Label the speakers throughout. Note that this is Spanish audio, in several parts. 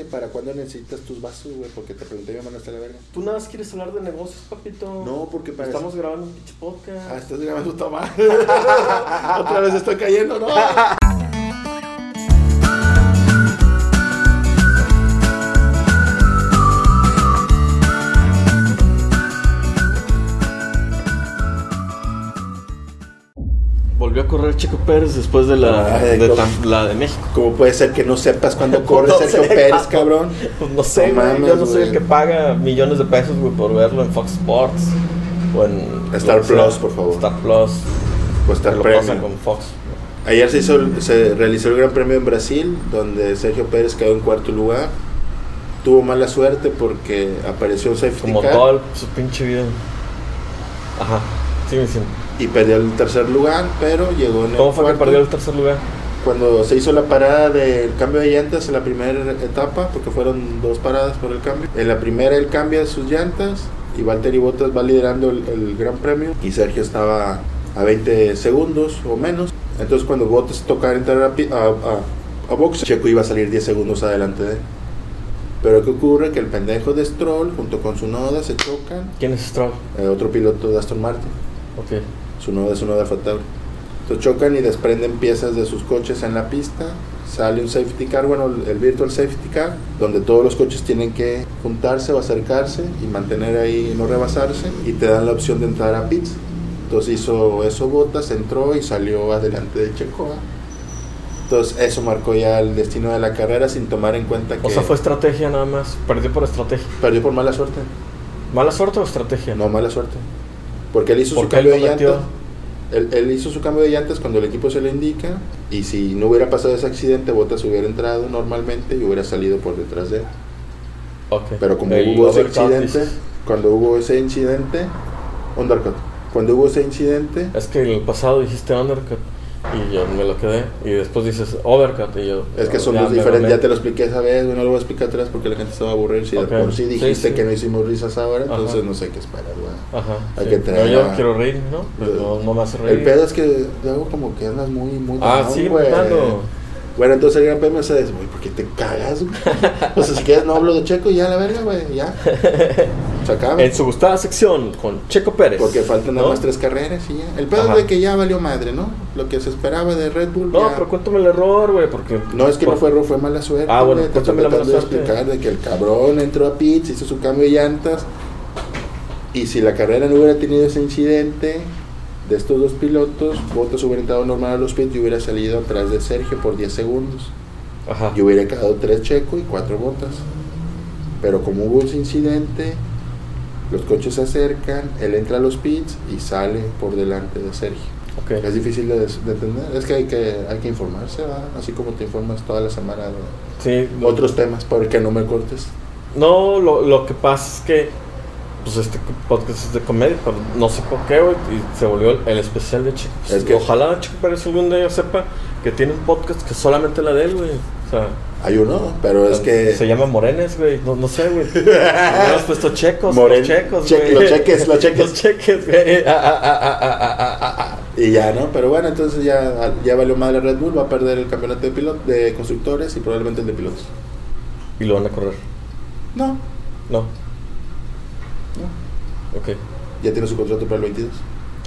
Speaker 1: este, para cuando necesitas tus vasos, güey, porque te pregunté, me mandaste a la verga.
Speaker 2: Tú nada más quieres hablar de negocios, papito.
Speaker 1: No, porque para
Speaker 2: Estamos grabando un pinche podcast.
Speaker 1: Ah, estás grabando tu madre. Otra vez estoy cayendo, ¿no?
Speaker 2: Volvió a correr Checo Pérez después de la,
Speaker 1: Ay,
Speaker 2: de,
Speaker 1: con-
Speaker 2: tan- la de México.
Speaker 1: ¿Cómo puede ser que no sepas cuando corre
Speaker 2: No
Speaker 1: Sergio
Speaker 2: sé,
Speaker 1: Pérez,
Speaker 2: vato.
Speaker 1: cabrón?
Speaker 2: Pues no sé,
Speaker 1: No
Speaker 2: güey,
Speaker 1: mames,
Speaker 2: yo no soy
Speaker 1: güey.
Speaker 2: el que paga millones de pesos, güey, por verlo en Fox Sports o en...
Speaker 1: Star
Speaker 2: o sea,
Speaker 1: Plus, por favor.
Speaker 2: Star Plus.
Speaker 1: Pues
Speaker 2: Te
Speaker 1: está
Speaker 2: lo pasan con Fox.
Speaker 1: Ayer se, hizo, el- se realizó el Gran Premio en Brasil, donde Sergio Pérez quedó en cuarto lugar. Tuvo mala suerte porque apareció un safety
Speaker 2: Como
Speaker 1: car
Speaker 2: todo el- su pinche vida. Ajá. Sí, sí.
Speaker 1: y perdió el tercer lugar, pero llegó en el
Speaker 2: ¿Cómo fue que
Speaker 1: cuarto.
Speaker 2: perdió el tercer lugar?
Speaker 1: Cuando se hizo la parada del cambio de llantas en la primera etapa, porque fueron dos paradas por el cambio. En la primera él cambia sus llantas y Valtteri Bottas va liderando el, el Gran Premio y Sergio estaba a 20 segundos o menos. Entonces cuando Bottas tocar entrar a, pi- a, a- a box, Checo iba a salir 10 segundos adelante de él. Pero ¿qué ocurre? Que el pendejo de Stroll junto con su noda se chocan,
Speaker 2: ¿Quién es Stroll?
Speaker 1: eh, otro piloto de Aston Martin.
Speaker 2: Ok.
Speaker 1: Su noda es una de Fatable. Entonces chocan y desprenden piezas de sus coches en la pista. Sale un safety car, bueno, el el virtual safety car, donde todos los coches tienen que juntarse o acercarse y mantener ahí, no rebasarse, y te dan la opción de entrar a pits. Entonces hizo eso Botas, entró y salió adelante de Checo. ¿ah? Entonces eso marcó ya el destino de la carrera sin tomar en cuenta que
Speaker 2: O sea, fue estrategia nada más. Perdió por estrategia.
Speaker 1: perdió por mala suerte.
Speaker 2: ¿Mala suerte o estrategia?
Speaker 1: No, mala suerte. Porque él hizo
Speaker 2: ¿Por
Speaker 1: su
Speaker 2: qué
Speaker 1: cambio
Speaker 2: lo
Speaker 1: de
Speaker 2: metió?
Speaker 1: llantas. Él, él hizo su cambio de llantas cuando el equipo se lo indica. Y si no hubiera pasado ese accidente, Bottas hubiera entrado normalmente y hubiera salido por detrás de él.
Speaker 2: Ok.
Speaker 1: Pero como
Speaker 2: El
Speaker 1: hubo ese
Speaker 2: overcut,
Speaker 1: accidente,
Speaker 2: dices.
Speaker 1: cuando hubo ese incidente, undercut. Cuando hubo ese incidente,
Speaker 2: Es que en el pasado dijiste undercut y yo me lo quedé. Y después dices overcut y yo.
Speaker 1: es que son
Speaker 2: ya
Speaker 1: dos
Speaker 2: me
Speaker 1: diferentes.
Speaker 2: mamé.
Speaker 1: Ya te lo expliqué esa vez, güey, no lo voy a explicar atrás porque la gente se va a aburrir. Si de
Speaker 2: Ok.
Speaker 1: por sí
Speaker 2: Sí,
Speaker 1: dijiste
Speaker 2: sí.
Speaker 1: que no hicimos risas ahora,
Speaker 2: Ajá.
Speaker 1: entonces no sé qué esperas, güey.
Speaker 2: Ajá.
Speaker 1: Hay
Speaker 2: sí.
Speaker 1: que traer
Speaker 2: No, yo
Speaker 1: a-
Speaker 2: quiero reír, ¿no? Pues no, no me hace reír.
Speaker 1: El pedo es que hago como que andas muy, muy.
Speaker 2: Ah,
Speaker 1: down,
Speaker 2: sí,
Speaker 1: güey.
Speaker 2: Fernando.
Speaker 1: Bueno, entonces el gran premio se des, güey, porque te cagas, güey. O sea, si quieres no hablo de Checo y ya la verga, güey, ya. Se acaba.
Speaker 2: En su gustada sección con Checo Pérez.
Speaker 1: Porque faltan nada
Speaker 2: ¿no?
Speaker 1: más tres carreras y ya. El pedo
Speaker 2: Ajá.
Speaker 1: es de que ya valió madre, ¿no? Lo que se esperaba de Red Bull.
Speaker 2: No,
Speaker 1: ya.
Speaker 2: pero cuéntame el error, güey, porque.
Speaker 1: No, es que
Speaker 2: por-
Speaker 1: no fue error, fue mala suerte.
Speaker 2: Ah, bueno,
Speaker 1: güey. te estoy
Speaker 2: cuéntame la
Speaker 1: tratando de
Speaker 2: mala suerte.
Speaker 1: explicar de que el cabrón entró a pits, hizo su cambio de llantas. Y si la carrera no hubiera tenido ese incidente de estos dos pilotos, Bottas hubiera entrado normal a los pits y hubiera salido atrás de Sergio por 10 segundos.
Speaker 2: Ajá.
Speaker 1: Yo hubiera quedado tres checo y cuatro botas. Pero como hubo ese incidente, los coches se acercan, él entra a los pits y sale por delante de Sergio.
Speaker 2: Ok.
Speaker 1: Es difícil de, de entender, es que hay que, hay que informarse, ¿va? así como te informas toda la semana de
Speaker 2: Sí, lo-
Speaker 1: otros temas, porque no me cortes.
Speaker 2: No, lo, lo que pasa es que. Pues este podcast es de comedia, pero no sé por qué, güey. Y se volvió el, el especial de Chico.
Speaker 1: Es que-
Speaker 2: Ojalá Chico Pérez algún día sepa que tiene un podcast que solamente la de él, güey. O sea.
Speaker 1: Hay uno, pero es
Speaker 2: Se
Speaker 1: que...
Speaker 2: llama Morenes, güey. No, no sé, güey. Hemos puesto checos.
Speaker 1: Moren-
Speaker 2: Los checos,
Speaker 1: che-
Speaker 2: güey.
Speaker 1: los cheques, los cheques.
Speaker 2: Los cheques, güey. Ah, ah, ah, ah, ah, ah, ah, ah, ah.
Speaker 1: Y ya, ¿no? Pero bueno, entonces ya, ya valió madre Red Bull, va a perder el campeonato de, piloto, de constructores y probablemente el de pilotos.
Speaker 2: Y lo van a correr.
Speaker 1: No,
Speaker 2: No.
Speaker 1: no.
Speaker 2: Ok.
Speaker 1: Ya tiene su contrato para el 22.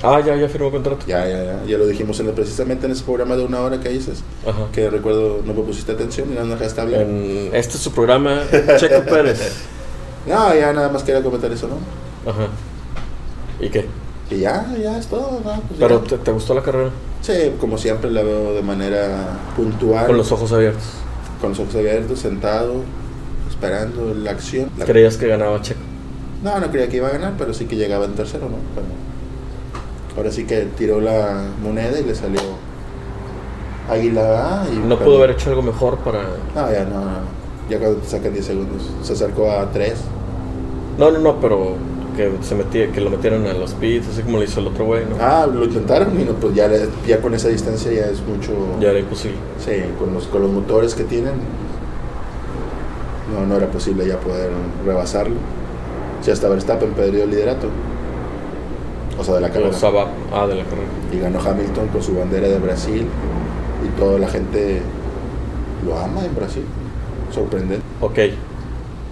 Speaker 2: Ah, ya, ya firmó contrato.
Speaker 1: Ya, ya, ya. Ya lo dijimos en el- precisamente en ese programa de una hora que dices.
Speaker 2: Ajá.
Speaker 1: Que recuerdo, no me pusiste atención y no me dejaste hablar.
Speaker 2: En- este es su programa, Checo Pérez.
Speaker 1: No, ya nada más quería comentar eso, ¿no?
Speaker 2: Ajá. ¿Y qué?
Speaker 1: Y ya, ya es todo, ¿no? Pues ya.
Speaker 2: ¿Pero te, te gustó la carrera?
Speaker 1: Sí, como siempre la veo de manera puntual.
Speaker 2: Con los ojos abiertos.
Speaker 1: con los ojos abiertos, sentado, esperando la acción. La-
Speaker 2: ¿Creías que ganaba Checo?
Speaker 1: No, no creía que iba a ganar, pero sí que llegaba en tercero, ¿no? Pero ahora sí que tiró la moneda y le salió Águila A. Y
Speaker 2: No pudo haber hecho algo mejor para...
Speaker 1: No, ya no, no. Ya cuando te sacan 10 segundos. Se acercó a 3.
Speaker 2: No, no, no, pero que, se metía, que lo metieron a los pits, así como lo hizo el otro güey, ¿no?
Speaker 1: Ah, lo intentaron y no, pues ya, le- ya con esa distancia ya es mucho.
Speaker 2: Ya era imposible.
Speaker 1: Sí, con los, con los motores que tienen. No, no era posible ya poder rebasarlo. Si hasta Verstappen perdió el liderato. O sea, de la carrera.
Speaker 2: O sea, va- ah, de la carrera.
Speaker 1: Y ganó Hamilton con su bandera de Brasil. Y toda la gente lo ama en Brasil. Sorprendente.
Speaker 2: ok.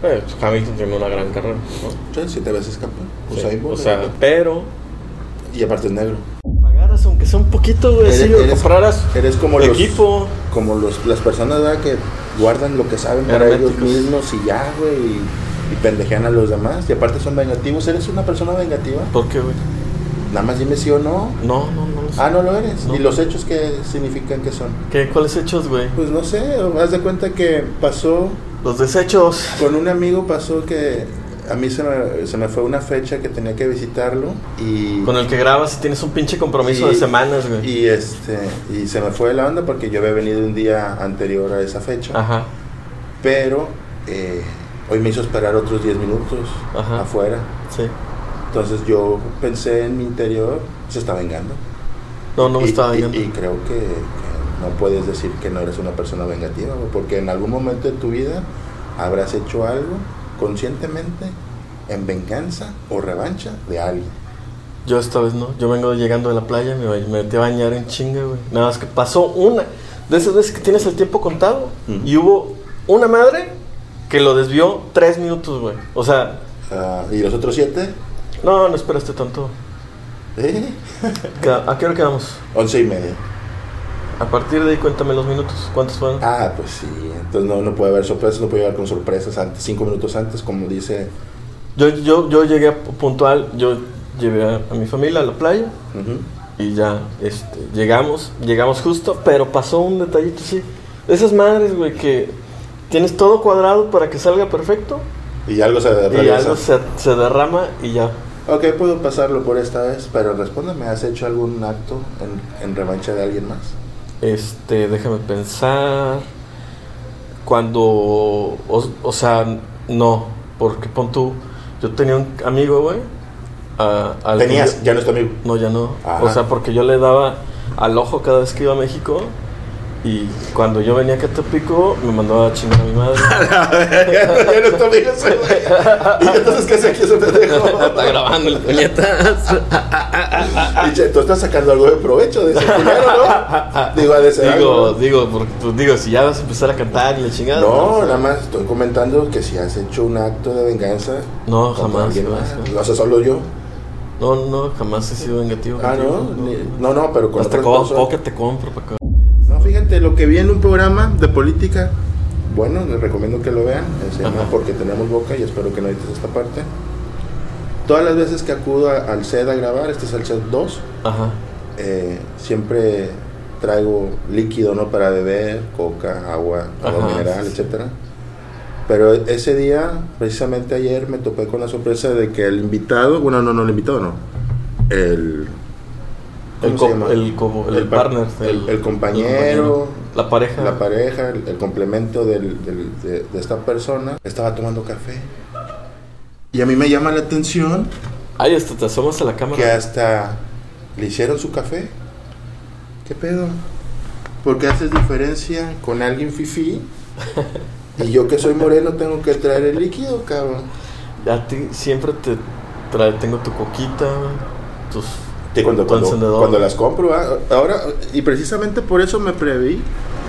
Speaker 2: Eh, Hamilton tiene una gran carrera, ¿no?
Speaker 1: Sí, Siete veces campeón.
Speaker 2: Sí,
Speaker 1: Usain Bolt,
Speaker 2: o sea,
Speaker 1: ¿no?
Speaker 2: pero.
Speaker 1: y aparte es negro.
Speaker 2: Pagaras, aunque sea un poquito, güey,
Speaker 1: Eres-
Speaker 2: sí, o
Speaker 1: eres-
Speaker 2: compraras
Speaker 1: Eres como
Speaker 2: el
Speaker 1: los,
Speaker 2: equipo.
Speaker 1: Como los, las personas ¿verdad? que guardan lo que saben para ellos
Speaker 2: Herméticos.
Speaker 1: mismos y ya, güey. Y, y pendejean a los demás. Y aparte son vengativos. ¿Eres una persona vengativa?
Speaker 2: ¿Por qué, güey?
Speaker 1: Nada más dime sí o no.
Speaker 2: No, no, no. lo sé.
Speaker 1: Ah, no lo eres.
Speaker 2: No.
Speaker 1: ¿Y los hechos qué significan que son?
Speaker 2: ¿Qué? ¿Cuáles hechos, güey?
Speaker 1: Pues no sé, haz de cuenta que pasó,
Speaker 2: Los desechos.
Speaker 1: con un amigo pasó que a mí se me, se me fue una fecha que tenía que visitarlo y...
Speaker 2: Con el que grabas y tienes un pinche compromiso
Speaker 1: y-
Speaker 2: de semanas, güey.
Speaker 1: Y, este, y se me fue la onda porque yo había venido un día anterior a esa fecha,
Speaker 2: Ajá.
Speaker 1: pero eh, hoy me hizo esperar otros 10 minutos
Speaker 2: Ajá.
Speaker 1: afuera.
Speaker 2: Sí.
Speaker 1: Entonces yo pensé en mi interior, se está vengando.
Speaker 2: No, no me
Speaker 1: y,
Speaker 2: estaba
Speaker 1: y-
Speaker 2: viendo.
Speaker 1: y creo que, que no puedes decir que no eres una persona vengativa, güey, porque en algún momento de tu vida habrás hecho algo conscientemente en venganza o revancha de alguien.
Speaker 2: Yo esta vez no. Yo vengo llegando de la playa, me, ba- me metí a bañar en chinga, güey. Nada más que pasó una. De esas veces que tienes el tiempo contado.
Speaker 1: Ujú.
Speaker 2: Y hubo una madre que lo desvió tres minutos, güey. O sea,
Speaker 1: Ah, ¿Y los otros siete?
Speaker 2: no, no esperaste tanto.
Speaker 1: ¿Eh?
Speaker 2: Queda- ¿A qué hora quedamos?
Speaker 1: Once y media.
Speaker 2: A partir de ahí cuéntame los minutos. ¿Cuántos fueron?
Speaker 1: Ah, pues sí. Entonces no, no puede haber sorpresas, no puede llegar con sorpresas antes, cinco minutos antes, como dice.
Speaker 2: Yo, yo, yo llegué a- puntual. Yo llevé a, a mi familia a la playa.
Speaker 1: Ujú.
Speaker 2: Y ya, este, llegamos, llegamos justo, pero pasó un detallito, sí. Esas madres, güey, que tienes todo cuadrado para que salga perfecto
Speaker 1: Y algo se
Speaker 2: y
Speaker 1: atraviesa.
Speaker 2: algo se, se derrama y ya.
Speaker 1: Ok, puedo pasarlo por esta vez, pero respóndeme, ¿has hecho algún acto en, en revancha de alguien más?
Speaker 2: Este, déjame pensar. Cuando, o, o sea, no, porque pon tú, yo tenía un amigo, güey. a- al que
Speaker 1: Tenías,
Speaker 2: yo-
Speaker 1: ya no es tu amigo.
Speaker 2: No, ya no.
Speaker 1: Ajá.
Speaker 2: O sea, porque yo le daba al ojo cada vez que iba a México. Y cuando yo venía a Catapico, me mandaba a chingar a mi madre.
Speaker 1: ya no está bien ese güey. Y entonces, ¿qué hace aquí ese pendejo?
Speaker 2: Está grabando el puñetas.
Speaker 1: Y che, tú estás sacando algo de provecho de ese culero, ¿no? Digo, ha de ser
Speaker 2: digo,
Speaker 1: algo,
Speaker 2: digo, porque, pues, digo, si ya vas a empezar a cantar y la
Speaker 1: ¿no?
Speaker 2: chingada.
Speaker 1: No, nada más estoy comentando que si has hecho un acto de venganza.
Speaker 2: No,
Speaker 1: contra
Speaker 2: jamás,
Speaker 1: alguien
Speaker 2: jamás,
Speaker 1: más.
Speaker 2: jamás.
Speaker 1: Lo hace solo yo.
Speaker 2: No, no, jamás he sido vengativo.
Speaker 1: Ah,
Speaker 2: contigo,
Speaker 1: no. ni- No, no, pero con
Speaker 2: Hasta
Speaker 1: otras
Speaker 2: co-
Speaker 1: personas.
Speaker 2: coca te compro pa' acá.
Speaker 1: No, fíjate, lo que vi en un programa de política. Bueno, les recomiendo que lo vean. eh, Se llama
Speaker 2: Ajá.
Speaker 1: Porque tenemos boca y espero que no edites esta parte. Todas las veces que acudo a- al SED a grabar, este es el SED 2.
Speaker 2: Ajá.
Speaker 1: eh, siempre traigo líquido no para beber, coca, agua, agua
Speaker 2: Ajá,
Speaker 1: mineral,
Speaker 2: sí, sí.
Speaker 1: etcétera. Pero ese día, precisamente ayer, me topé con la sorpresa de que el invitado, bueno, no, no el invitado, no, el
Speaker 2: El,
Speaker 1: ¿cómo
Speaker 2: co-
Speaker 1: se llama?
Speaker 2: el, co- el,
Speaker 1: El par-
Speaker 2: partner.
Speaker 1: el- el compañero,
Speaker 2: La pareja.
Speaker 1: la pareja, el, el complemento del- del- de, de esta persona, estaba tomando café. Y a mí me llama la atención
Speaker 2: Ahí hasta te asomas a la
Speaker 1: que
Speaker 2: cámara.
Speaker 1: hasta le hicieron su café. ¿Qué pedo? Porque haces diferencia con alguien fifí. Y yo que soy moreno tengo que traer el líquido, cabrón.
Speaker 2: A ti siempre te trae, tengo tu coquita, tus...
Speaker 1: Que cuando,
Speaker 2: tu
Speaker 1: cuando,
Speaker 2: encendedor.
Speaker 1: cuando las compro, ah, ahora, y precisamente por eso me preví.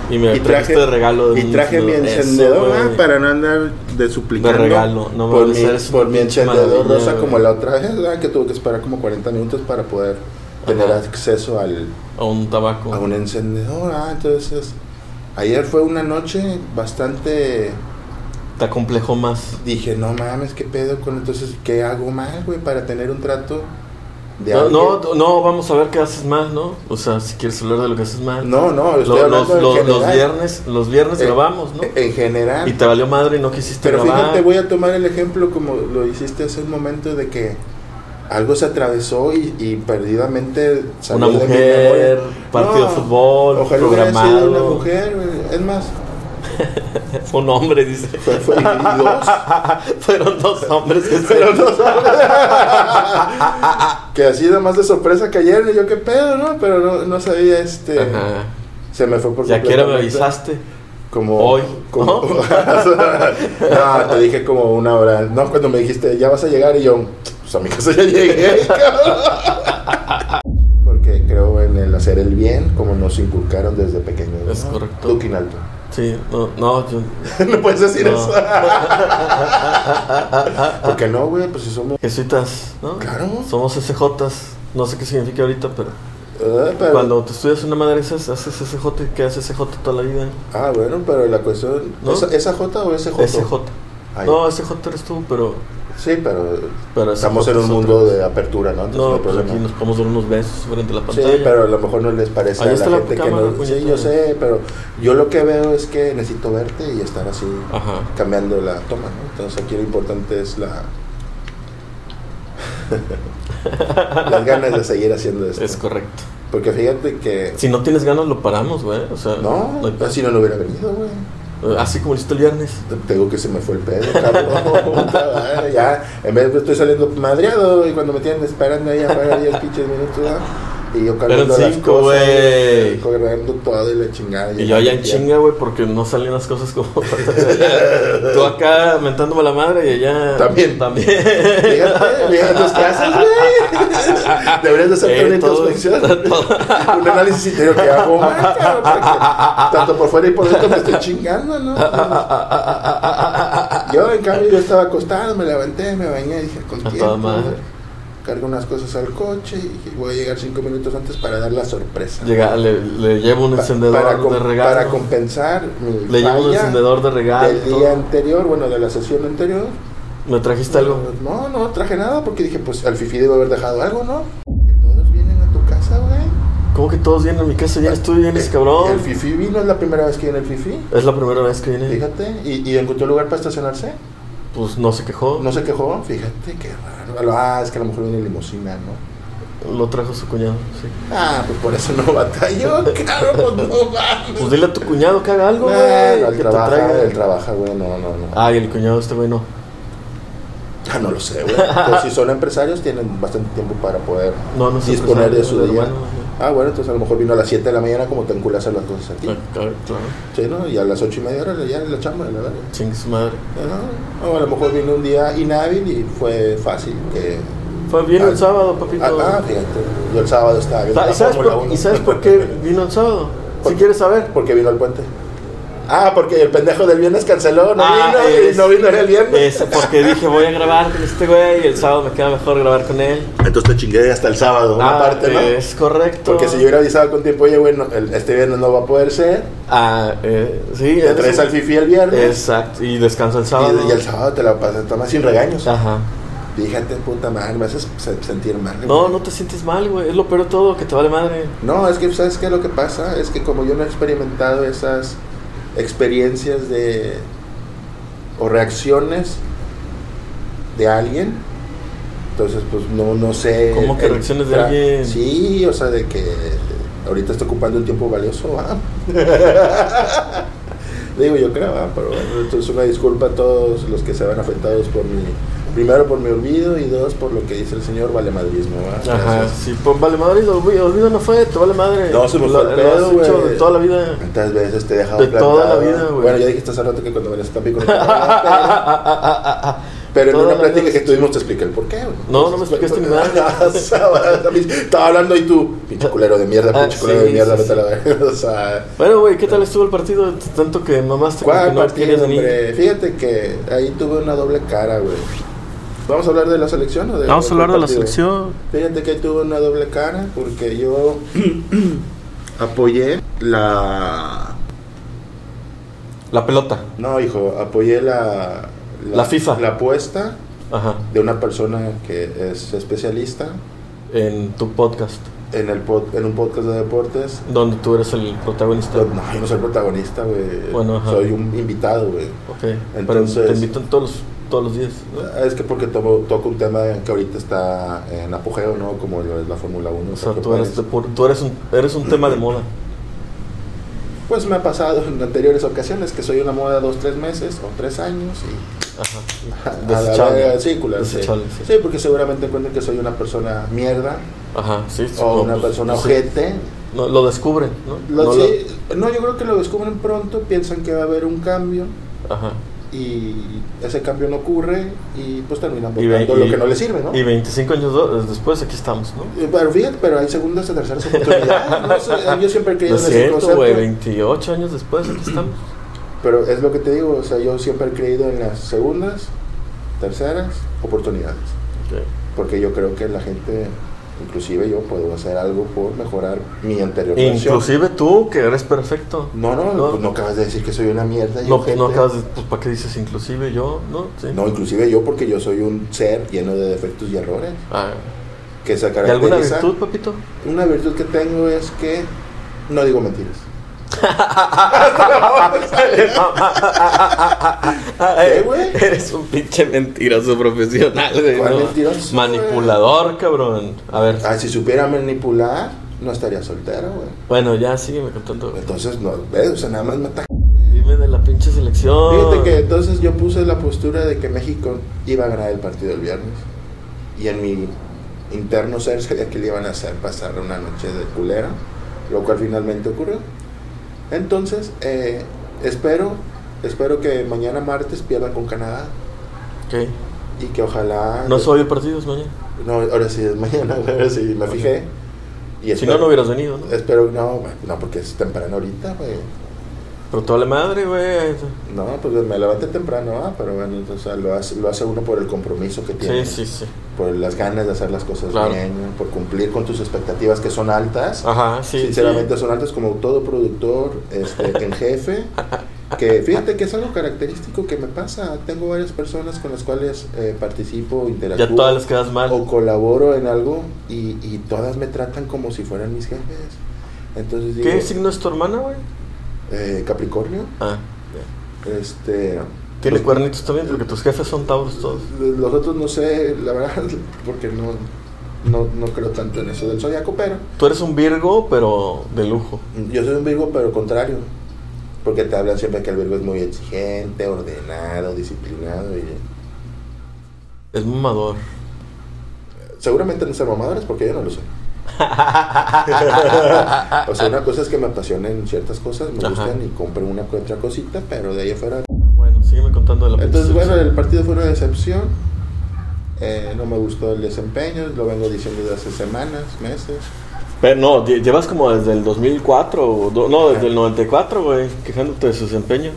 Speaker 2: Y me
Speaker 1: y
Speaker 2: trajiste de regalo. de
Speaker 1: y
Speaker 2: un
Speaker 1: traje mi
Speaker 2: Eso,
Speaker 1: encendedor ah,
Speaker 2: güey.
Speaker 1: para no andar de suplicando.
Speaker 2: De regalo, no
Speaker 1: por
Speaker 2: mames,
Speaker 1: mi,
Speaker 2: eres
Speaker 1: por
Speaker 2: una
Speaker 1: mi
Speaker 2: pinche
Speaker 1: encendedor
Speaker 2: maravilla,
Speaker 1: rosa
Speaker 2: güey.
Speaker 1: como la otra vez, ah, que tuve que esperar como 40 minutos para poder tener
Speaker 2: Ajá.
Speaker 1: acceso al,
Speaker 2: A un tabaco.
Speaker 1: a un encendedor. Ah, entonces ayer fue una noche bastante.
Speaker 2: Te acomplejo más.
Speaker 1: Dije, no mames, qué pedo con entonces qué hago mal, güey, para tener un trato de
Speaker 2: No, no,
Speaker 1: alguien?
Speaker 2: no, vamos a ver qué haces más, ¿no? O sea, si quieres hablar de lo que haces más.
Speaker 1: no, no, estoy
Speaker 2: Lo- los,
Speaker 1: hablando en
Speaker 2: los- los
Speaker 1: general.
Speaker 2: viernes, los viernes
Speaker 1: Eh,
Speaker 2: grabamos, ¿no?
Speaker 1: En general.
Speaker 2: y te valió madre y no quisiste
Speaker 1: Pero
Speaker 2: grabar.
Speaker 1: fíjate, voy a tomar el ejemplo como lo hiciste hace un momento de que algo se atravesó y, y perdidamente salió
Speaker 2: Una
Speaker 1: de mi
Speaker 2: mujer,
Speaker 1: memoria.
Speaker 2: partido de
Speaker 1: No,
Speaker 2: fútbol,
Speaker 1: ojalá hubiera
Speaker 2: programado.
Speaker 1: sido una mujer, güey. es más,
Speaker 2: Un hombre, dice.
Speaker 1: fue, fue y dos.
Speaker 2: Fueron dos hombres que se-
Speaker 1: Pero no sabe. que así de más de sorpresa que ayer, y yo qué pedo, ¿no? Pero no, no sabía este.
Speaker 2: Ajá.
Speaker 1: Se me fue por
Speaker 2: Ya que me
Speaker 1: completamente.
Speaker 2: avisaste.
Speaker 1: Como
Speaker 2: Hoy,
Speaker 1: como-
Speaker 2: ¿no?
Speaker 1: No, te dije como una hora. No, cuando me dijiste, ya vas a llegar, y yo, pues a mi casa ya llegué, cabrón. Porque creo en el hacer el bien, como nos inculcaron desde pequeños.
Speaker 2: Es
Speaker 1: ¿no?
Speaker 2: correcto.
Speaker 1: Duque en alto.
Speaker 2: Sí, no, no, yo-
Speaker 1: no puedes decir
Speaker 2: No.
Speaker 1: eso. ¿Por qué no, güey? Pues si somos.
Speaker 2: jesuitas, ¿no?
Speaker 1: Claro.
Speaker 2: Somos SJs, no sé qué significa ahorita, pero
Speaker 1: Ah, pero-
Speaker 2: cuando te estudias una madre esas, haces SJ, que haces SJ toda la vida?
Speaker 1: Ah, bueno, pero la cuestión.
Speaker 2: ¿No?
Speaker 1: ¿Esa, esa J o SJ?
Speaker 2: SJ.
Speaker 1: Ahí.
Speaker 2: No, SJ eres tú, pero,
Speaker 1: Sí, pero
Speaker 2: pero
Speaker 1: estamos
Speaker 2: SJ
Speaker 1: en un
Speaker 2: es
Speaker 1: mundo
Speaker 2: otra.
Speaker 1: de apertura, ¿no? Entonces,
Speaker 2: No,
Speaker 1: no hay
Speaker 2: pues
Speaker 1: problema.
Speaker 2: aquí nos podemos dar unos besos frente a la
Speaker 1: Sí,
Speaker 2: pantalla.
Speaker 1: pero a lo mejor no les parece
Speaker 2: Ahí
Speaker 1: a la
Speaker 2: está la
Speaker 1: gente que
Speaker 2: cámara,
Speaker 1: no. Sí,
Speaker 2: puñetón.
Speaker 1: yo sé, pero yo lo que veo es que necesito verte y estar así
Speaker 2: Ajá.
Speaker 1: cambiando la toma, ¿no? Entonces aquí lo importante es la. las ganas de seguir haciendo esto.
Speaker 2: Es correcto.
Speaker 1: Porque fíjate que.
Speaker 2: Si no tienes ganas, lo paramos, güey. O sea,
Speaker 1: No, pues
Speaker 2: hay pedo.
Speaker 1: así no lo hubiera venido, güey.
Speaker 2: Así como lo hiciste el viernes.
Speaker 1: Tengo que se me fue el pedo, cabrón. Puta madre, ya, en vez de estoy saliendo madreado y cuando me tienen esperando ahí afuera 10 pinches minutos, ¿no? y yo cargando
Speaker 2: Eran
Speaker 1: las
Speaker 2: cinco,
Speaker 1: cosas,
Speaker 2: güey.
Speaker 1: cargando todo y la chingada.
Speaker 2: Y yo allá en chinga, güey, porque no salían las cosas como. Tú acá mentándome la madre y allá.
Speaker 1: También.
Speaker 2: También.
Speaker 1: Fíjate, fíjate tus casas, güey. Deberías de hacerte una
Speaker 2: Eh, todo-
Speaker 1: introspección.
Speaker 2: todo-
Speaker 1: Un análisis interior que hago, güey, cabrón, Ah, porque tanto por fuera y por dentro me estoy chingando, ¿no? Yo, en cambio, yo estaba acostado, me levanté, me bañé, dije, con
Speaker 2: A
Speaker 1: tiempo,
Speaker 2: toda madre.
Speaker 1: güey. cargo unas cosas al coche y dije, voy a llegar cinco minutos antes para dar la sorpresa.
Speaker 2: Llega, le, le llevo un
Speaker 1: Pa-
Speaker 2: encendedor
Speaker 1: para, com-
Speaker 2: de regalo.
Speaker 1: para compensar mi
Speaker 2: le llevo un
Speaker 1: falla
Speaker 2: encendedor de regalo.
Speaker 1: del
Speaker 2: todo.
Speaker 1: día anterior, bueno, de la sesión anterior.
Speaker 2: ¿Me trajiste algo?
Speaker 1: No, no traje nada porque dije, pues al fifi debo haber dejado algo, ¿no? Que todos vienen a tu casa, güey.
Speaker 2: ¿Cómo que todos vienen a mi casa? ¿Vienes tú? ¿Vienes,
Speaker 1: Eh,
Speaker 2: cabrón?
Speaker 1: El fifi vino, es la primera vez que viene el fifi.
Speaker 2: Es la primera vez que viene.
Speaker 1: Fíjate, y, y encontró lugar para estacionarse.
Speaker 2: Pues no se quejó.
Speaker 1: No se quejó, fíjate qué raro. Ah, es que a lo mejor viene limusina, ¿no?
Speaker 2: Lo trajo su cuñado. Sí.
Speaker 1: Ah, pues por eso no batalló, claro, pues no mames.
Speaker 2: Pues dile a tu cuñado que haga algo, güey.
Speaker 1: Ah, no, él
Speaker 2: que te traiga.
Speaker 1: trabaja, él trabaja, güey, no, no, no.
Speaker 2: Ay, el cuñado de este güey no.
Speaker 1: Ah, no lo sé, güey. Pero si son empresarios, tienen bastante tiempo para poder
Speaker 2: No, no se
Speaker 1: disponer de su
Speaker 2: empresario,
Speaker 1: día.
Speaker 2: hermano,
Speaker 1: Ah, bueno, entonces a lo mejor vino a las 7 de la mañana como te enculas a las cosas a ti.
Speaker 2: Claro, claro, claro.
Speaker 1: Sí, ¿no? Y a las 8 y media horas ya en la chamba, la verdad.
Speaker 2: Chingue su madre.
Speaker 1: Ah, O a lo mejor vino un día inhábil y fue fácil que...
Speaker 2: Fue bien
Speaker 1: Ah,
Speaker 2: el sábado, papito.
Speaker 1: Ah, ah, fíjate, yo el sábado estaba viendo
Speaker 2: Sa-
Speaker 1: la
Speaker 2: Ah, ¿Y sabes,
Speaker 1: Fórmula
Speaker 2: por,
Speaker 1: 1.
Speaker 2: ¿Y sabes por qué vino el sábado?
Speaker 1: ¿Por
Speaker 2: Si
Speaker 1: qué?
Speaker 2: quieres saber.
Speaker 1: Porque vino el puente. Ah, porque el pendejo del viernes canceló, no
Speaker 2: Ah,
Speaker 1: vino, y
Speaker 2: es-
Speaker 1: no vino el viernes.
Speaker 2: Es porque dije, voy a grabar con este güey y el sábado me queda mejor grabar con él.
Speaker 1: Entonces te chingué hasta el sábado, una
Speaker 2: Ah,
Speaker 1: parte, ¿no?
Speaker 2: Es correcto.
Speaker 1: Porque si yo hubiera avisado con tiempo, oye, bueno, el- este viernes no va a poder ser,
Speaker 2: Ah, eh, sí.
Speaker 1: te
Speaker 2: es-
Speaker 1: traes al fifi el viernes,
Speaker 2: Exacto. Y descansa el sábado.
Speaker 1: y, y el sábado te la pasas tomar sin regaños.
Speaker 2: Ajá.
Speaker 1: Fíjate, puta madre, me haces se- sentir mal. güey.
Speaker 2: No, no te sientes mal, güey. Es lo peor de todo, que te vale madre.
Speaker 1: No, es que, ¿sabes qué? Lo que pasa es que como yo no he experimentado esas experiencias de... o reacciones de alguien, entonces pues no, no sé...
Speaker 2: ¿Cómo que
Speaker 1: el-
Speaker 2: reacciones de
Speaker 1: tra-
Speaker 2: alguien?
Speaker 1: Sí, o sea, de que ahorita está ocupando un tiempo valioso, ah. Digo, yo creo, ah, pero bueno, entonces una disculpa a todos los que se van afectados por mi... Primero por mi olvido y dos por lo que dice el señor valemadrismo, ¿va?
Speaker 2: Ajá.
Speaker 1: Gracias.
Speaker 2: Sí, pues vale madre. Lo olvido, olvido no fue, te vale madre.
Speaker 1: No, se me fue
Speaker 2: Lo-
Speaker 1: el
Speaker 2: lo has
Speaker 1: pedo,
Speaker 2: dicho
Speaker 1: güey.
Speaker 2: de toda la vida.
Speaker 1: ¿Cuántas veces te he dejado
Speaker 2: De toda la vida, güey.
Speaker 1: Bueno, ya dijiste hace rato que cuando venías a Tampico no te
Speaker 2: Ah,
Speaker 1: hablaba,
Speaker 2: ah, ah, ah, ah, ah.
Speaker 1: pero- Pero en
Speaker 2: Toda
Speaker 1: una
Speaker 2: la
Speaker 1: plática
Speaker 2: vida.
Speaker 1: que tuvimos te expliqué el por qué, güey.
Speaker 2: No, no me explicaste ni nada.
Speaker 1: O sea, a mí- Estaba hablando y tú, pinche culero de mierda,
Speaker 2: Ah,
Speaker 1: pinche culero
Speaker 2: sí,
Speaker 1: de mierda,
Speaker 2: sí,
Speaker 1: vete a la verga. O sea,
Speaker 2: Bueno, güey, ¿qué tal estuvo el partido? Tanto que mamaste con que
Speaker 1: ¿cuál
Speaker 2: no querías
Speaker 1: partido,
Speaker 2: venir.
Speaker 1: hombre? Fíjate que ahí tuve una doble cara, güey. ¿Vamos a hablar de la selección o de
Speaker 2: Vamos a hablar de la
Speaker 1: partido?
Speaker 2: selección.
Speaker 1: Fíjate que tuve una doble cara porque yo apoyé la
Speaker 2: La pelota.
Speaker 1: No, hijo, apoyé la,
Speaker 2: La FIFA.
Speaker 1: La apuesta
Speaker 2: Ajá.
Speaker 1: de una persona que es especialista
Speaker 2: En tu podcast,
Speaker 1: en, el pod- en un podcast de deportes.
Speaker 2: donde tú eres el protagonista.
Speaker 1: No, yo no soy protagonista, güey.
Speaker 2: Bueno, ajá.
Speaker 1: Soy un invitado, güey.
Speaker 2: Ok.
Speaker 1: Entonces-
Speaker 2: Pero te invitan todos los, todos los días. ¿no?
Speaker 1: Es que porque tomo, toco un tema que ahorita está en apogeo, ¿no? Como lo es la Fórmula 1.
Speaker 2: O sea,
Speaker 1: ¿qué
Speaker 2: tú eres,
Speaker 1: puedes?
Speaker 2: de puro- tú eres un, eres un tema de moda.
Speaker 1: Pues me ha pasado en anteriores ocasiones que soy una moda dos, tres meses o tres años y
Speaker 2: Ajá.
Speaker 1: a la verga,
Speaker 2: Desechable.
Speaker 1: sí, culero, sí.
Speaker 2: Desechable, sí.
Speaker 1: Sí, porque seguramente encuentran que soy una persona mierda
Speaker 2: Ajá, sí.
Speaker 1: o
Speaker 2: no,
Speaker 1: una
Speaker 2: pues,
Speaker 1: persona
Speaker 2: sí.
Speaker 1: ojete.
Speaker 2: No, lo descubren, ¿no?
Speaker 1: Lo-
Speaker 2: No
Speaker 1: sí, no, yo creo que lo descubren pronto, piensan que va a haber un cambio
Speaker 2: lo- Ajá.
Speaker 1: y ese cambio no ocurre y pues terminan
Speaker 2: Y ve-
Speaker 1: votando lo
Speaker 2: y-
Speaker 1: que no les sirve, ¿no?
Speaker 2: Y 25 años do- eh, después aquí estamos, ¿no?
Speaker 1: Eh, Pero fíjate, pero hay segundas y terceras oportunidades. No sé, eh, yo siempre he
Speaker 2: No
Speaker 1: creído
Speaker 2: es
Speaker 1: en ese
Speaker 2: cierto,
Speaker 1: concepto.
Speaker 2: güey. 28 años después aquí estamos.
Speaker 1: Pero es lo que te digo, o sea, yo siempre he creído en las segundas, terceras oportunidades.
Speaker 2: Ok.
Speaker 1: Porque yo creo que la gente, inclusive yo, puedo hacer algo por mejorar mi anterior versión.
Speaker 2: Inclusive tú, que eres perfecto.
Speaker 1: No, no,
Speaker 2: No.
Speaker 1: no, no acabas de decir que soy una mierda. y
Speaker 2: No,
Speaker 1: ojete.
Speaker 2: no acabas de... Pues, ¿para qué dices inclusive yo? No, sí.
Speaker 1: No, inclusive yo, porque yo soy un ser lleno de defectos y errores.
Speaker 2: Ah,
Speaker 1: Que se
Speaker 2: ¿Y alguna
Speaker 1: caracteriza.
Speaker 2: virtud, papito?
Speaker 1: Una virtud que tengo es que no digo mentiras. ¿Qué, güey?
Speaker 2: Eres un pinche mentiroso profesional, güey.
Speaker 1: ¿Cuál
Speaker 2: ¿no?
Speaker 1: mentiroso,
Speaker 2: Manipulador, cabrón. A ver.
Speaker 1: Ah, si supiera manipular, no estaría soltero, güey.
Speaker 2: Bueno, ya sígueme contando. güey.
Speaker 1: Entonces, no, ves, o sea, nada más me ataca.
Speaker 2: Dime de la pinche selección.
Speaker 1: Fíjate que entonces yo puse la postura de que México iba a ganar el partido el viernes. Y en mi interno ser sabía que le iban a hacer pasar una noche de culera, lo cual finalmente ocurrió. Entonces, eh, espero, espero que mañana martes pierdan con Canadá
Speaker 2: Ok.
Speaker 1: y que ojalá...
Speaker 2: No soy el partido, es mañana.
Speaker 1: No, ahora sí, es mañana, ahora sí, me fijé. Y
Speaker 2: Si no, no hubieras venido, ¿no?
Speaker 1: Espero, no, güey, no, porque es temprano ahorita, güey.
Speaker 2: Pero toda la madre, güey.
Speaker 1: No, pues me levanté temprano, ah, pero bueno, o sea, lo hace, lo hace uno por el compromiso que tiene.
Speaker 2: Sí, sí, sí.
Speaker 1: Por las ganas de hacer las cosas
Speaker 2: Claro.
Speaker 1: bien, ¿no? por cumplir con tus expectativas que son altas.
Speaker 2: Ajá, sí.
Speaker 1: Sinceramente
Speaker 2: sí.
Speaker 1: son altas como todo productor, este, en jefe. Que fíjate que es algo característico que me pasa. Tengo varias personas con las cuales eh, participo, interactúo.
Speaker 2: Ya todas las quedas mal.
Speaker 1: o colaboro en algo y, y todas me tratan como si fueran mis jefes. Entonces digo,
Speaker 2: ¿Qué signo es tu hermana, güey?
Speaker 1: eh, Capricornio,
Speaker 2: Ah,
Speaker 1: este...
Speaker 2: Tiene
Speaker 1: los-
Speaker 2: cuernitos también porque tus jefes son Tauros todos.
Speaker 1: Los otros no sé, la verdad, porque no, no, no creo tanto en eso del zodiaco, pero
Speaker 2: Tú eres un Virgo, pero de lujo.
Speaker 1: yo soy un Virgo, pero contrario. Porque te hablan siempre que el Virgo es muy exigente, ordenado, disciplinado y...
Speaker 2: Es mamador.
Speaker 1: Seguramente no ser mamadores porque yo no lo soy. o sea, una cosa es que me apasionen ciertas cosas, me
Speaker 2: Ajá.
Speaker 1: gustan y compro una que otra cosita, pero de ahí afuera.
Speaker 2: Bueno, sígueme contando de la
Speaker 1: Entonces,
Speaker 2: pinche
Speaker 1: bueno,
Speaker 2: selección.
Speaker 1: el partido fue una decepción. Eh, no me gustó el desempeño, lo vengo diciendo desde hace semanas, meses.
Speaker 2: Pero no, lle- llevas como desde el 2004, o do- no, desde el 94, güey, quejándote de su desempeño.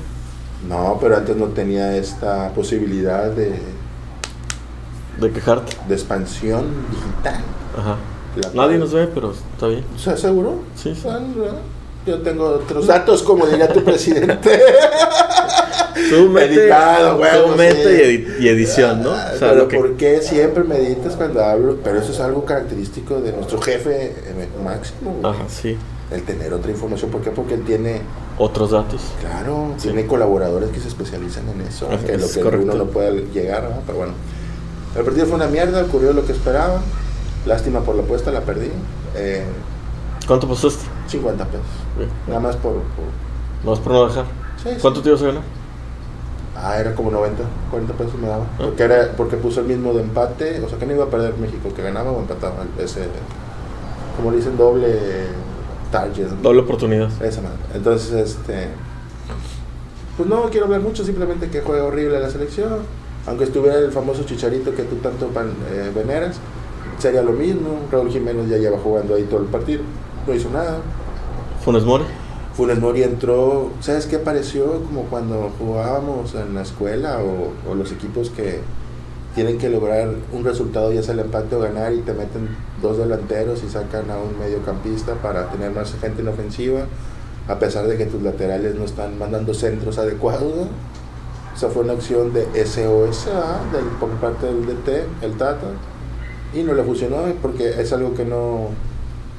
Speaker 1: No, pero antes no tenía esta posibilidad de,
Speaker 2: De quejarte.
Speaker 1: de expansión digital.
Speaker 2: Ajá.
Speaker 1: La-
Speaker 2: Nadie nos ve, pero está bien.
Speaker 1: ¿Se aseguró?
Speaker 2: Sí, sí.
Speaker 1: Ah, no. Yo tengo otros datos, como diría tu presidente.
Speaker 2: Tú mete,
Speaker 1: Editado, huevo,
Speaker 2: tú mete
Speaker 1: sí. Ah,
Speaker 2: y, edi- y edición, ¿no? O sea,
Speaker 1: pero
Speaker 2: lo que-
Speaker 1: ¿por qué siempre me editas cuando hablo? Pero eso es algo característico de nuestro jefe eh, máximo. güey.
Speaker 2: Ajá, sí.
Speaker 1: El tener otra información. ¿Por qué? Porque él tiene,
Speaker 2: Otros datos.
Speaker 1: claro,
Speaker 2: Sí.
Speaker 1: tiene colaboradores que se especializan en eso.
Speaker 2: Ajá,
Speaker 1: que lo
Speaker 2: es
Speaker 1: que
Speaker 2: correcto.
Speaker 1: uno no puede llegar, ¿no? pero bueno. El partido fue una mierda, ocurrió lo que esperaba. Lástima por la apuesta, la perdí. Eh,
Speaker 2: ¿Cuánto pasaste?
Speaker 1: 50 pesos.
Speaker 2: Bien.
Speaker 1: Nada más por. por-
Speaker 2: No es por no dejar.
Speaker 1: sí, sí.
Speaker 2: ¿Cuánto te ibas a ganar?
Speaker 1: Ah, era como 90, 40 pesos me daba.
Speaker 2: Ah.
Speaker 1: Porque, era, porque puso el mismo de empate. O sea, que no iba a perder México, que ganaba o empataba. Ese, como le dicen, doble target. ¿no?
Speaker 2: Doble oportunidad.
Speaker 1: Esa madre. Entonces, este. Pues no quiero hablar mucho, simplemente que juega horrible la selección. Aunque estuviera el famoso chicharito que tú tanto pan- eh, veneras, sería lo mismo. Raúl Jiménez ya lleva jugando ahí todo el partido. No hizo nada.
Speaker 2: Funes Mori.
Speaker 1: Funes Mori entró, ¿sabes qué pareció? Como cuando jugábamos en la escuela o, o los equipos que tienen que lograr un resultado, ya sea el empate o ganar, y te meten dos delanteros y sacan a un mediocampista para tener más gente en ofensiva, a pesar de que tus laterales no están mandando centros adecuados. ¿no? O sea, fue una acción de SOS ¿ah? del, por parte del DT, el Tata, y no le funcionó eh, porque es algo que no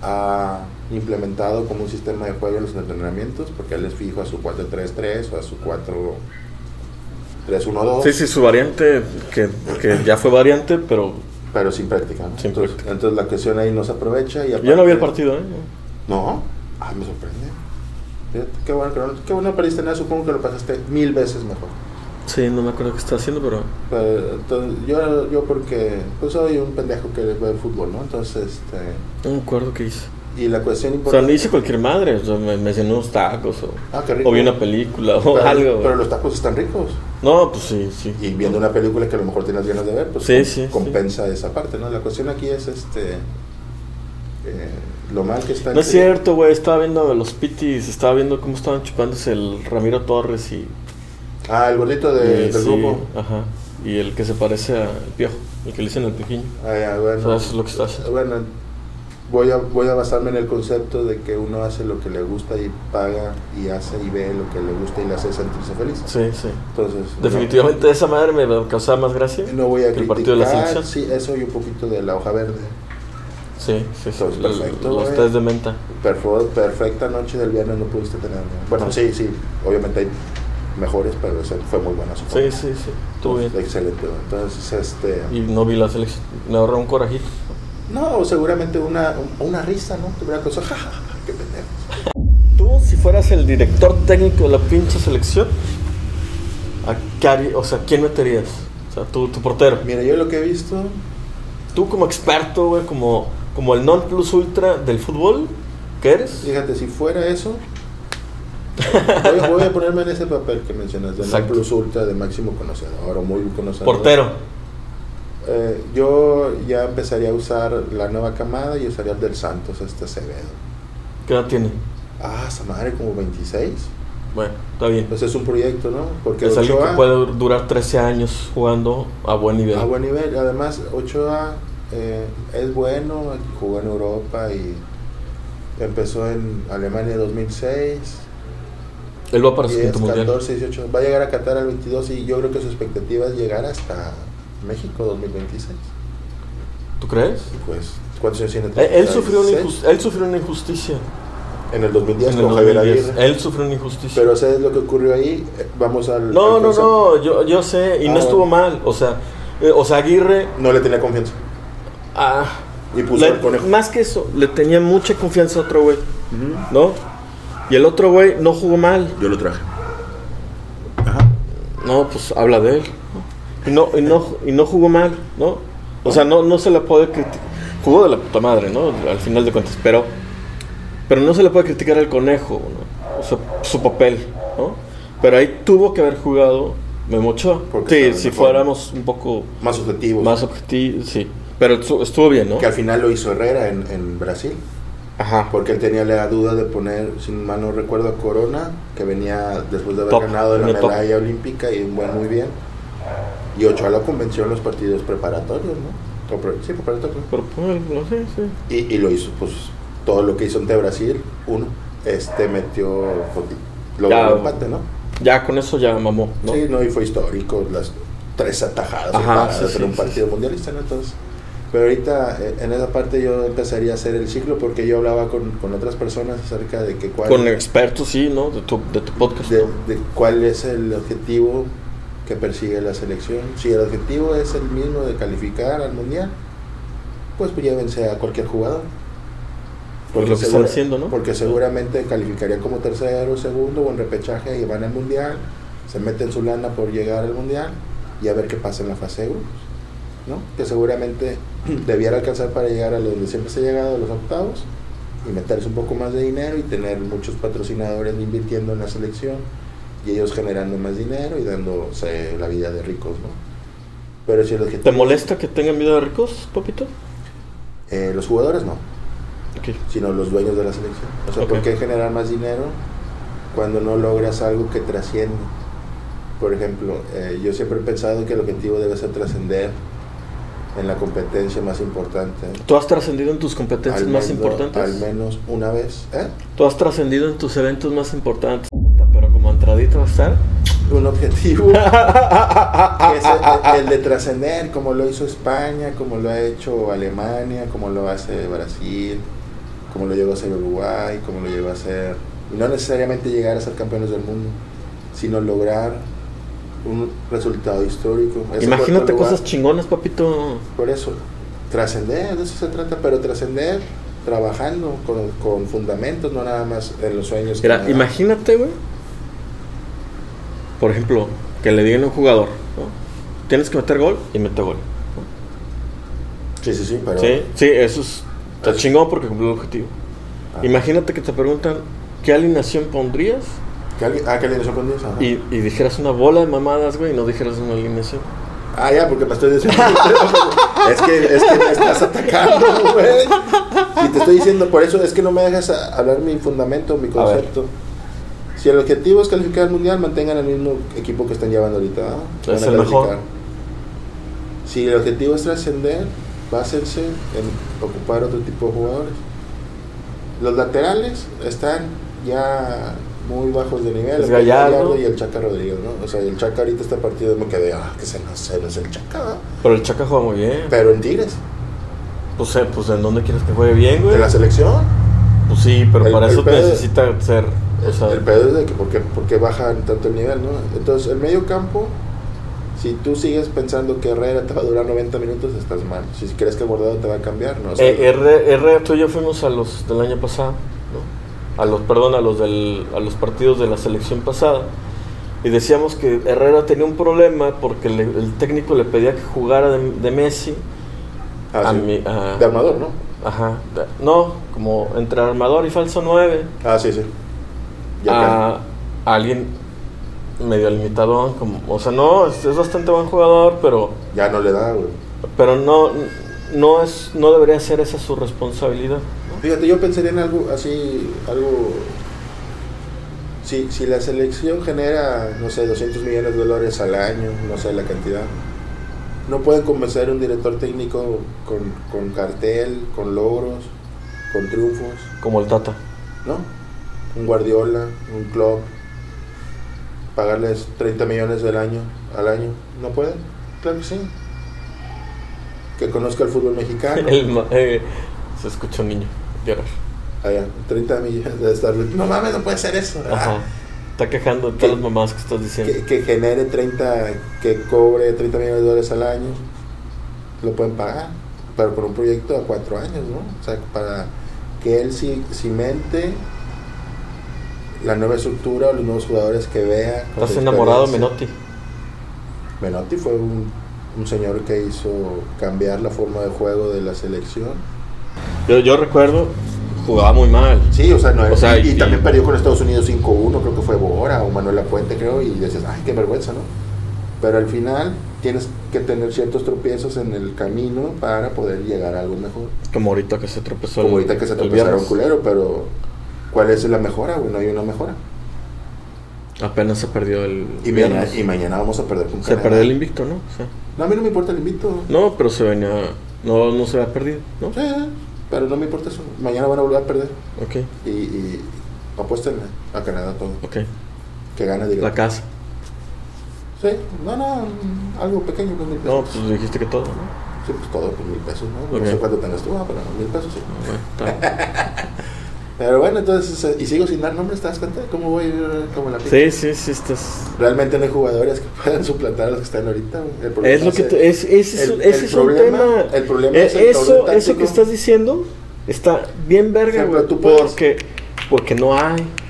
Speaker 1: ha implementado como un sistema de juego en los entrenamientos, porque él es fijo a su 4-3-3 o a su 4-3-1-2,
Speaker 2: Sí, sí, su variante, que, que ya fue variante, pero
Speaker 1: pero sin práctica. ¿no?
Speaker 2: Sin
Speaker 1: entonces,
Speaker 2: práctica.
Speaker 1: entonces la cuestión ahí no se aprovecha. Y
Speaker 2: yo no vi el
Speaker 1: aparte-
Speaker 2: partido, ¿eh?
Speaker 1: No, ah, me sorprende. Fíjate, Qué bueno, que no- qué bueno perdiste nada, supongo que lo pasaste mil veces mejor.
Speaker 2: Sí, no me acuerdo qué está haciendo, pero
Speaker 1: Eh, entonces, yo, yo porque pues soy un pendejo que ve el fútbol, ¿no? Entonces, este,
Speaker 2: no me acuerdo qué hizo.
Speaker 1: y la cuestión
Speaker 2: O sea, no
Speaker 1: importante...
Speaker 2: hice cualquier madre, o sea, me, me cené unos tacos, o,
Speaker 1: Ah, qué rico.
Speaker 2: o vi una película, o
Speaker 1: pero,
Speaker 2: algo. güey.
Speaker 1: pero los tacos están ricos.
Speaker 2: No, pues sí, sí.
Speaker 1: Y viendo una película que a lo mejor tienes ganas de ver, pues
Speaker 2: Sí,
Speaker 1: com-
Speaker 2: sí, sí.
Speaker 1: compensa esa parte, ¿no? La cuestión aquí es este eh, lo mal que está.
Speaker 2: No es cierto, güey. Estaba viendo a los pitis, estaba viendo cómo estaban chupándose el Ramiro Torres y.
Speaker 1: Ah, el gordito de-
Speaker 2: y-
Speaker 1: del
Speaker 2: sí,
Speaker 1: grupo.
Speaker 2: Ajá. Y el que se parece al piojo, el que le dicen el piquiño.
Speaker 1: Ah, ya, bueno.
Speaker 2: O sea, eso es lo que está haciendo.
Speaker 1: Bueno, voy a, voy a basarme en el concepto de que uno hace lo que le gusta y paga y hace y ve lo que le gusta y le hace sentirse feliz.
Speaker 2: Sí, sí.
Speaker 1: Entonces, no-
Speaker 2: Definitivamente esa madre me causaba más gracia.
Speaker 1: No, voy a
Speaker 2: que el partido
Speaker 1: criticar.
Speaker 2: de la selección.
Speaker 1: sí, eso y un poquito de la hoja verde.
Speaker 2: Sí, sí, sí.
Speaker 1: Pues
Speaker 2: Los-
Speaker 1: perfecto,
Speaker 2: los
Speaker 1: güey.
Speaker 2: test de menta.
Speaker 1: Perfo- perfecta noche del viernes no pudiste tener. ¿no? Bueno, sí, sí, obviamente hay mejores, pero esa fue muy buena su
Speaker 2: Sí, sí, sí. Pues Estuvo bien.
Speaker 1: Excelente. ¿no? Entonces, este.
Speaker 2: Y no vi la selección. Me ahorró un corajito.
Speaker 1: No, seguramente una, una risa, ¿no? Te hubiera causado, "Ja, ja, ja, qué pendejo.
Speaker 2: Tú, si fueras el director técnico de la pinche selección, ¿a qué harí- o sea, ¿quién meterías? O sea, tú, tu portero.
Speaker 1: Mira, yo lo que he visto,
Speaker 2: Tú como experto, güey, como, como el non plus ultra del fútbol, ¿qué eres?
Speaker 1: Fíjate, si fuera eso, voy, voy a ponerme en ese papel que mencionas, de la
Speaker 2: Exacto.
Speaker 1: plus ultra, de máximo conocedor o muy conocedor.
Speaker 2: Portero.
Speaker 1: Eh, yo ya empezaría a usar la nueva camada y usaría el del Santos, este Acevedo.
Speaker 2: ¿Qué edad tiene?
Speaker 1: Ah, esa madre, como 26.
Speaker 2: Bueno, está bien.
Speaker 1: Pues es un proyecto, ¿no? Porque
Speaker 2: es alguien que
Speaker 1: Ochoa-
Speaker 2: puede durar 13 años jugando a buen nivel.
Speaker 1: A buen nivel. Además, Ochoa eh, es bueno, jugó en Europa y empezó en Alemania 2006.
Speaker 2: Él va para su
Speaker 1: 10,
Speaker 2: quinto mundial.
Speaker 1: 14, 18. Va a llegar a Qatar al 22 y yo creo que su expectativa es llegar hasta México 2026.
Speaker 2: ¿Tú crees?
Speaker 1: Pues, ¿cuántos años tiene?
Speaker 2: Él, Eh, él sufrió, una
Speaker 1: 36.
Speaker 2: injus- él sufrió una injusticia.
Speaker 1: En el 2010
Speaker 2: en el
Speaker 1: con Javier
Speaker 2: 2010.
Speaker 1: Aguirre.
Speaker 2: Él sufrió una injusticia.
Speaker 1: Pero ¿sabes lo que ocurrió ahí? Eh, Vamos al...
Speaker 2: eh. no,
Speaker 1: al
Speaker 2: no,
Speaker 1: concepto.
Speaker 2: no, yo, yo sé, y
Speaker 1: Ah,
Speaker 2: no estuvo
Speaker 1: bueno.
Speaker 2: mal. O sea, eh, o sea Aguirre.
Speaker 1: No le tenía confianza.
Speaker 2: ah,
Speaker 1: Y puso
Speaker 2: le-
Speaker 1: al conejo.
Speaker 2: más que eso, le tenía mucha confianza a otro güey,
Speaker 1: Ujú.
Speaker 2: ¿no? Y el otro güey no jugó mal.
Speaker 1: Yo lo traje.
Speaker 2: No, pues habla de él. ¿no? Y no, y no, y no jugó mal, ¿no? O sea, no, no se la puede criticar. Jugó de la puta madre, ¿no? Al final de cuentas, pero. Pero no se le puede criticar al conejo, ¿no? O sea, su papel, ¿no? Pero ahí tuvo que haber jugado Memo Ochoa.
Speaker 1: Porque estaba en
Speaker 2: Sí,
Speaker 1: la
Speaker 2: si
Speaker 1: forma.
Speaker 2: fuéramos un poco
Speaker 1: Más objetivo.
Speaker 2: más objetivos, sí. Pero estu- estuvo bien, ¿no?
Speaker 1: Que al final lo hizo Herrera en, en Brasil.
Speaker 2: Ajá.
Speaker 1: Porque él tenía la duda de poner, si mal no recuerdo, a Corona, que venía después de haber
Speaker 2: Top,
Speaker 1: ganado la
Speaker 2: venía top.
Speaker 1: medalla olímpica y bueno, muy bien. Y Ochoa lo convenció en los partidos preparatorios, ¿no? O pre- sí, preparatorios.
Speaker 2: Pero, pues, no sé, sí.
Speaker 1: Y, y lo hizo, pues, todo lo que hizo ante Brasil, uno, este metió, pues, logró
Speaker 2: Ya,
Speaker 1: el empate, ¿no?
Speaker 2: Ya con eso ya mamó, ¿no?
Speaker 1: Sí, no, y fue histórico, las tres atajadas
Speaker 2: Ajá,
Speaker 1: separadas
Speaker 2: sí, sí,
Speaker 1: en un
Speaker 2: sí,
Speaker 1: partido
Speaker 2: sí.
Speaker 1: mundialista, ¿no? Entonces, pero ahorita eh, en esa parte yo empezaría a hacer el ciclo porque yo hablaba con, con otras personas acerca de que cuál,
Speaker 2: Con
Speaker 1: de,
Speaker 2: expertos, sí, ¿no? De tu, de tu podcast. ¿no?
Speaker 1: de cuál es el objetivo que persigue la selección. Si el objetivo es el mismo de calificar al mundial, pues llévense a cualquier jugador.
Speaker 2: Pues lo que están haciendo, ¿no?
Speaker 1: Porque seguramente calificarían como tercero, segundo o en repechaje y van al mundial, se meten su lana por llegar al mundial y a ver qué pasa en la fase de grupos, ¿no? Que seguramente debiera alcanzar para llegar a lo donde siempre se ha llegado, a los octavos, y meterse un poco más de dinero y tener muchos patrocinadores invirtiendo en la selección y ellos generando más dinero y dándose la vida de ricos, ¿no? Pero si el objetivo-
Speaker 2: ¿Te molesta que tengan vida de ricos, papito?
Speaker 1: Eh, los jugadores no.
Speaker 2: Ok.
Speaker 1: sino los dueños de la selección. O sea,
Speaker 2: Ok.
Speaker 1: ¿por qué generar más dinero cuando no logras algo que trasciende? Por ejemplo, eh, yo siempre he pensado que el objetivo debe ser trascender en la competencia más importante.
Speaker 2: ¿Tú has trascendido en tus competencias
Speaker 1: Al menos-
Speaker 2: más importantes?
Speaker 1: Al menos una vez. ¿eh?
Speaker 2: ¿Tú has trascendido en tus eventos más importantes? Puta, Pero como entradita va a estar.
Speaker 1: Un objetivo que es el, el de trascender, como lo hizo España, como lo ha hecho Alemania, como lo hace Brasil, como lo llegó a hacer Uruguay, como lo llegó a hacer. Y no necesariamente llegar a ser campeones del mundo, sino lograr un resultado histórico. Ese
Speaker 2: Imagínate
Speaker 1: cuarto lugar,
Speaker 2: cosas chingonas, papito.
Speaker 1: Por eso, trascender, de eso se trata, pero trascender trabajando con, con fundamentos, no nada más en los sueños. que
Speaker 2: Mira,
Speaker 1: nada.
Speaker 2: imagínate, güey. Por ejemplo, que le digan a un jugador, ¿no? Tienes que meter gol y mete gol.
Speaker 1: Sí, sí, sí, pero.
Speaker 2: Sí, sí, eso es. Está
Speaker 1: Eso-
Speaker 2: chingón porque cumplió el objetivo.
Speaker 1: Ah.
Speaker 2: Imagínate que te preguntan qué alineación pondrías
Speaker 1: ¿Que alguien- ah, que alguien le sorprendió? Ajá.
Speaker 2: y, y dijeras una bola de mamadas, güey, y no dijeras una alineación.
Speaker 1: Ah, ya, porque me estoy diciendo. es, que, es que me estás atacando, güey. Si te estoy diciendo, por eso es que no me dejas a- hablar mi fundamento, mi concepto. Si el objetivo es calificar al mundial, mantengan el mismo equipo que están llevando ahorita. ¿ah? Van
Speaker 2: Es
Speaker 1: a
Speaker 2: el mejor.
Speaker 1: calificar. Si el objetivo es trascender, básense en ocupar otro tipo de jugadores. Los laterales están ya muy bajos de nivel.
Speaker 2: Es
Speaker 1: El
Speaker 2: Gallardo.
Speaker 1: y el Chaca Rodríguez, ¿no? O sea, el Chaca ahorita está partido me quedé, ah, que se nos se nos el Chaca. ¿ah?
Speaker 2: Pero el Chaca juega muy bien.
Speaker 1: Pero en Tigres,
Speaker 2: Pues, eh, pues ¿en dónde quieres que juegue bien, güey?
Speaker 1: en la selección.
Speaker 2: Pues sí, pero
Speaker 1: El-
Speaker 2: para
Speaker 1: el
Speaker 2: eso
Speaker 1: pedo-
Speaker 2: necesita ser. O sea,
Speaker 1: El pedo es de que por qué, por qué bajan tanto el nivel, ¿no? Entonces, el medio campo, si tú sigues pensando que Herrera te va a durar 90 minutos, estás mal. Si crees que Guardado te va a cambiar, no. O sea,
Speaker 2: eh, R, R, tú y yo fuimos a los del año pasado, ¿no? A los, perdón, a los, del, a los partidos de la selección pasada. Y decíamos que Herrera tenía un problema porque le- el técnico le pedía que jugara de, de Messi.
Speaker 1: ah,
Speaker 2: a
Speaker 1: sí.
Speaker 2: mi- a-
Speaker 1: De armador, ¿no?
Speaker 2: Ajá. de- no, como entre armador y falso 9.
Speaker 1: Ah, sí, sí. Ya
Speaker 2: a, a alguien medio limitado. Como, o sea, no, es, es bastante buen jugador, pero,
Speaker 1: Ya no le da, güey.
Speaker 2: pero no, no, es, no debería ser esa su responsabilidad.
Speaker 1: Fíjate, yo pensaría en algo así, algo... Si, si la selección genera, no sé, 200 millones de dólares al año, no sé la cantidad, no pueden convencer a un director técnico con, con cartel, con logros, con triunfos,
Speaker 2: Como el Tata.
Speaker 1: ¿no? Un Guardiola, un club, pagarles 30 millones del año, al año, ¿no pueden? Claro que sí. Que conozca el fútbol mexicano.
Speaker 2: El ma- eh, se escucha un niño llorar.
Speaker 1: Allá, 30 millones de estar. No mames, no puede ser eso.
Speaker 2: Ajá. Está quejando de
Speaker 1: Ah. ¿Qué?
Speaker 2: todas las mamás que estás diciendo.
Speaker 1: que, que genere 30, que cobre 30 millones de dólares al año, lo pueden pagar, pero por un proyecto a cuatro años, ¿no? O sea, para que él ci- cimente la nueva estructura, los nuevos jugadores que vea. con
Speaker 2: Estás
Speaker 1: su
Speaker 2: enamorado de
Speaker 1: experiencia.
Speaker 2: Menotti.
Speaker 1: Menotti fue un, un señor que hizo cambiar la forma de juego de la selección.
Speaker 2: Yo, yo recuerdo, jugaba muy mal.
Speaker 1: Sí, o sea, no,
Speaker 2: O sea,
Speaker 1: y, y
Speaker 2: y-
Speaker 1: también perdió con Estados Unidos 5-1, creo que fue Bora o Manuel Lapuente, creo, y dices, ay, qué vergüenza, ¿no? Pero al final tienes que tener ciertos tropiezos en el camino para poder llegar a algo mejor.
Speaker 2: Como ahorita que se tropezó.
Speaker 1: Como
Speaker 2: el-
Speaker 1: ahorita que se
Speaker 2: el
Speaker 1: tropezaron un
Speaker 2: viernes.
Speaker 1: culero, pero ¿cuál es la mejora? Bueno, hay una mejora.
Speaker 2: Apenas se perdió el.
Speaker 1: Y, mañana,
Speaker 2: viernes.
Speaker 1: y mañana vamos a perder con
Speaker 2: Se
Speaker 1: Canadá.
Speaker 2: perdió el invicto, ¿no? Sí.
Speaker 1: No, a mí no me importa el invito.
Speaker 2: No, pero se venía. No, no se había perdido, ¿no?
Speaker 1: pero no me importa eso. Mañana van a volver a perder.
Speaker 2: Ok,
Speaker 1: Y, y apuéstenle a Canadá todo.
Speaker 2: ok.
Speaker 1: Que gana, digo.
Speaker 2: La casa.
Speaker 1: Sí, no, no, algo pequeño con mil pesos.
Speaker 2: No, pues dijiste que todo, ¿no?
Speaker 1: Sí, pues todo por mil pesos, ¿no?
Speaker 2: Ok.
Speaker 1: No sé cuánto tengas tú, ah, pero mil pesos sí.
Speaker 2: Bueno, está.
Speaker 1: Pero bueno, entonces, eh, y sigo sin dar nombres, ¿te das cuenta? ¿Cómo voy eh, como la pica?
Speaker 2: Sí, sí, sí, estás.
Speaker 1: Realmente no hay jugadores que puedan suplantar a los que están ahorita. güey. El problema
Speaker 2: Es lo que.
Speaker 1: el-
Speaker 2: te- es, ese es,
Speaker 1: el-
Speaker 2: un- ese
Speaker 1: el
Speaker 2: es un
Speaker 1: problema-
Speaker 2: tema.
Speaker 1: el problema
Speaker 2: Eh,
Speaker 1: es el
Speaker 2: eso,
Speaker 1: doble
Speaker 2: eso
Speaker 1: táctico.
Speaker 2: que estás diciendo está bien verga,
Speaker 1: Ejemplo,
Speaker 2: güey.
Speaker 1: tú puedes-
Speaker 2: porque, porque no hay.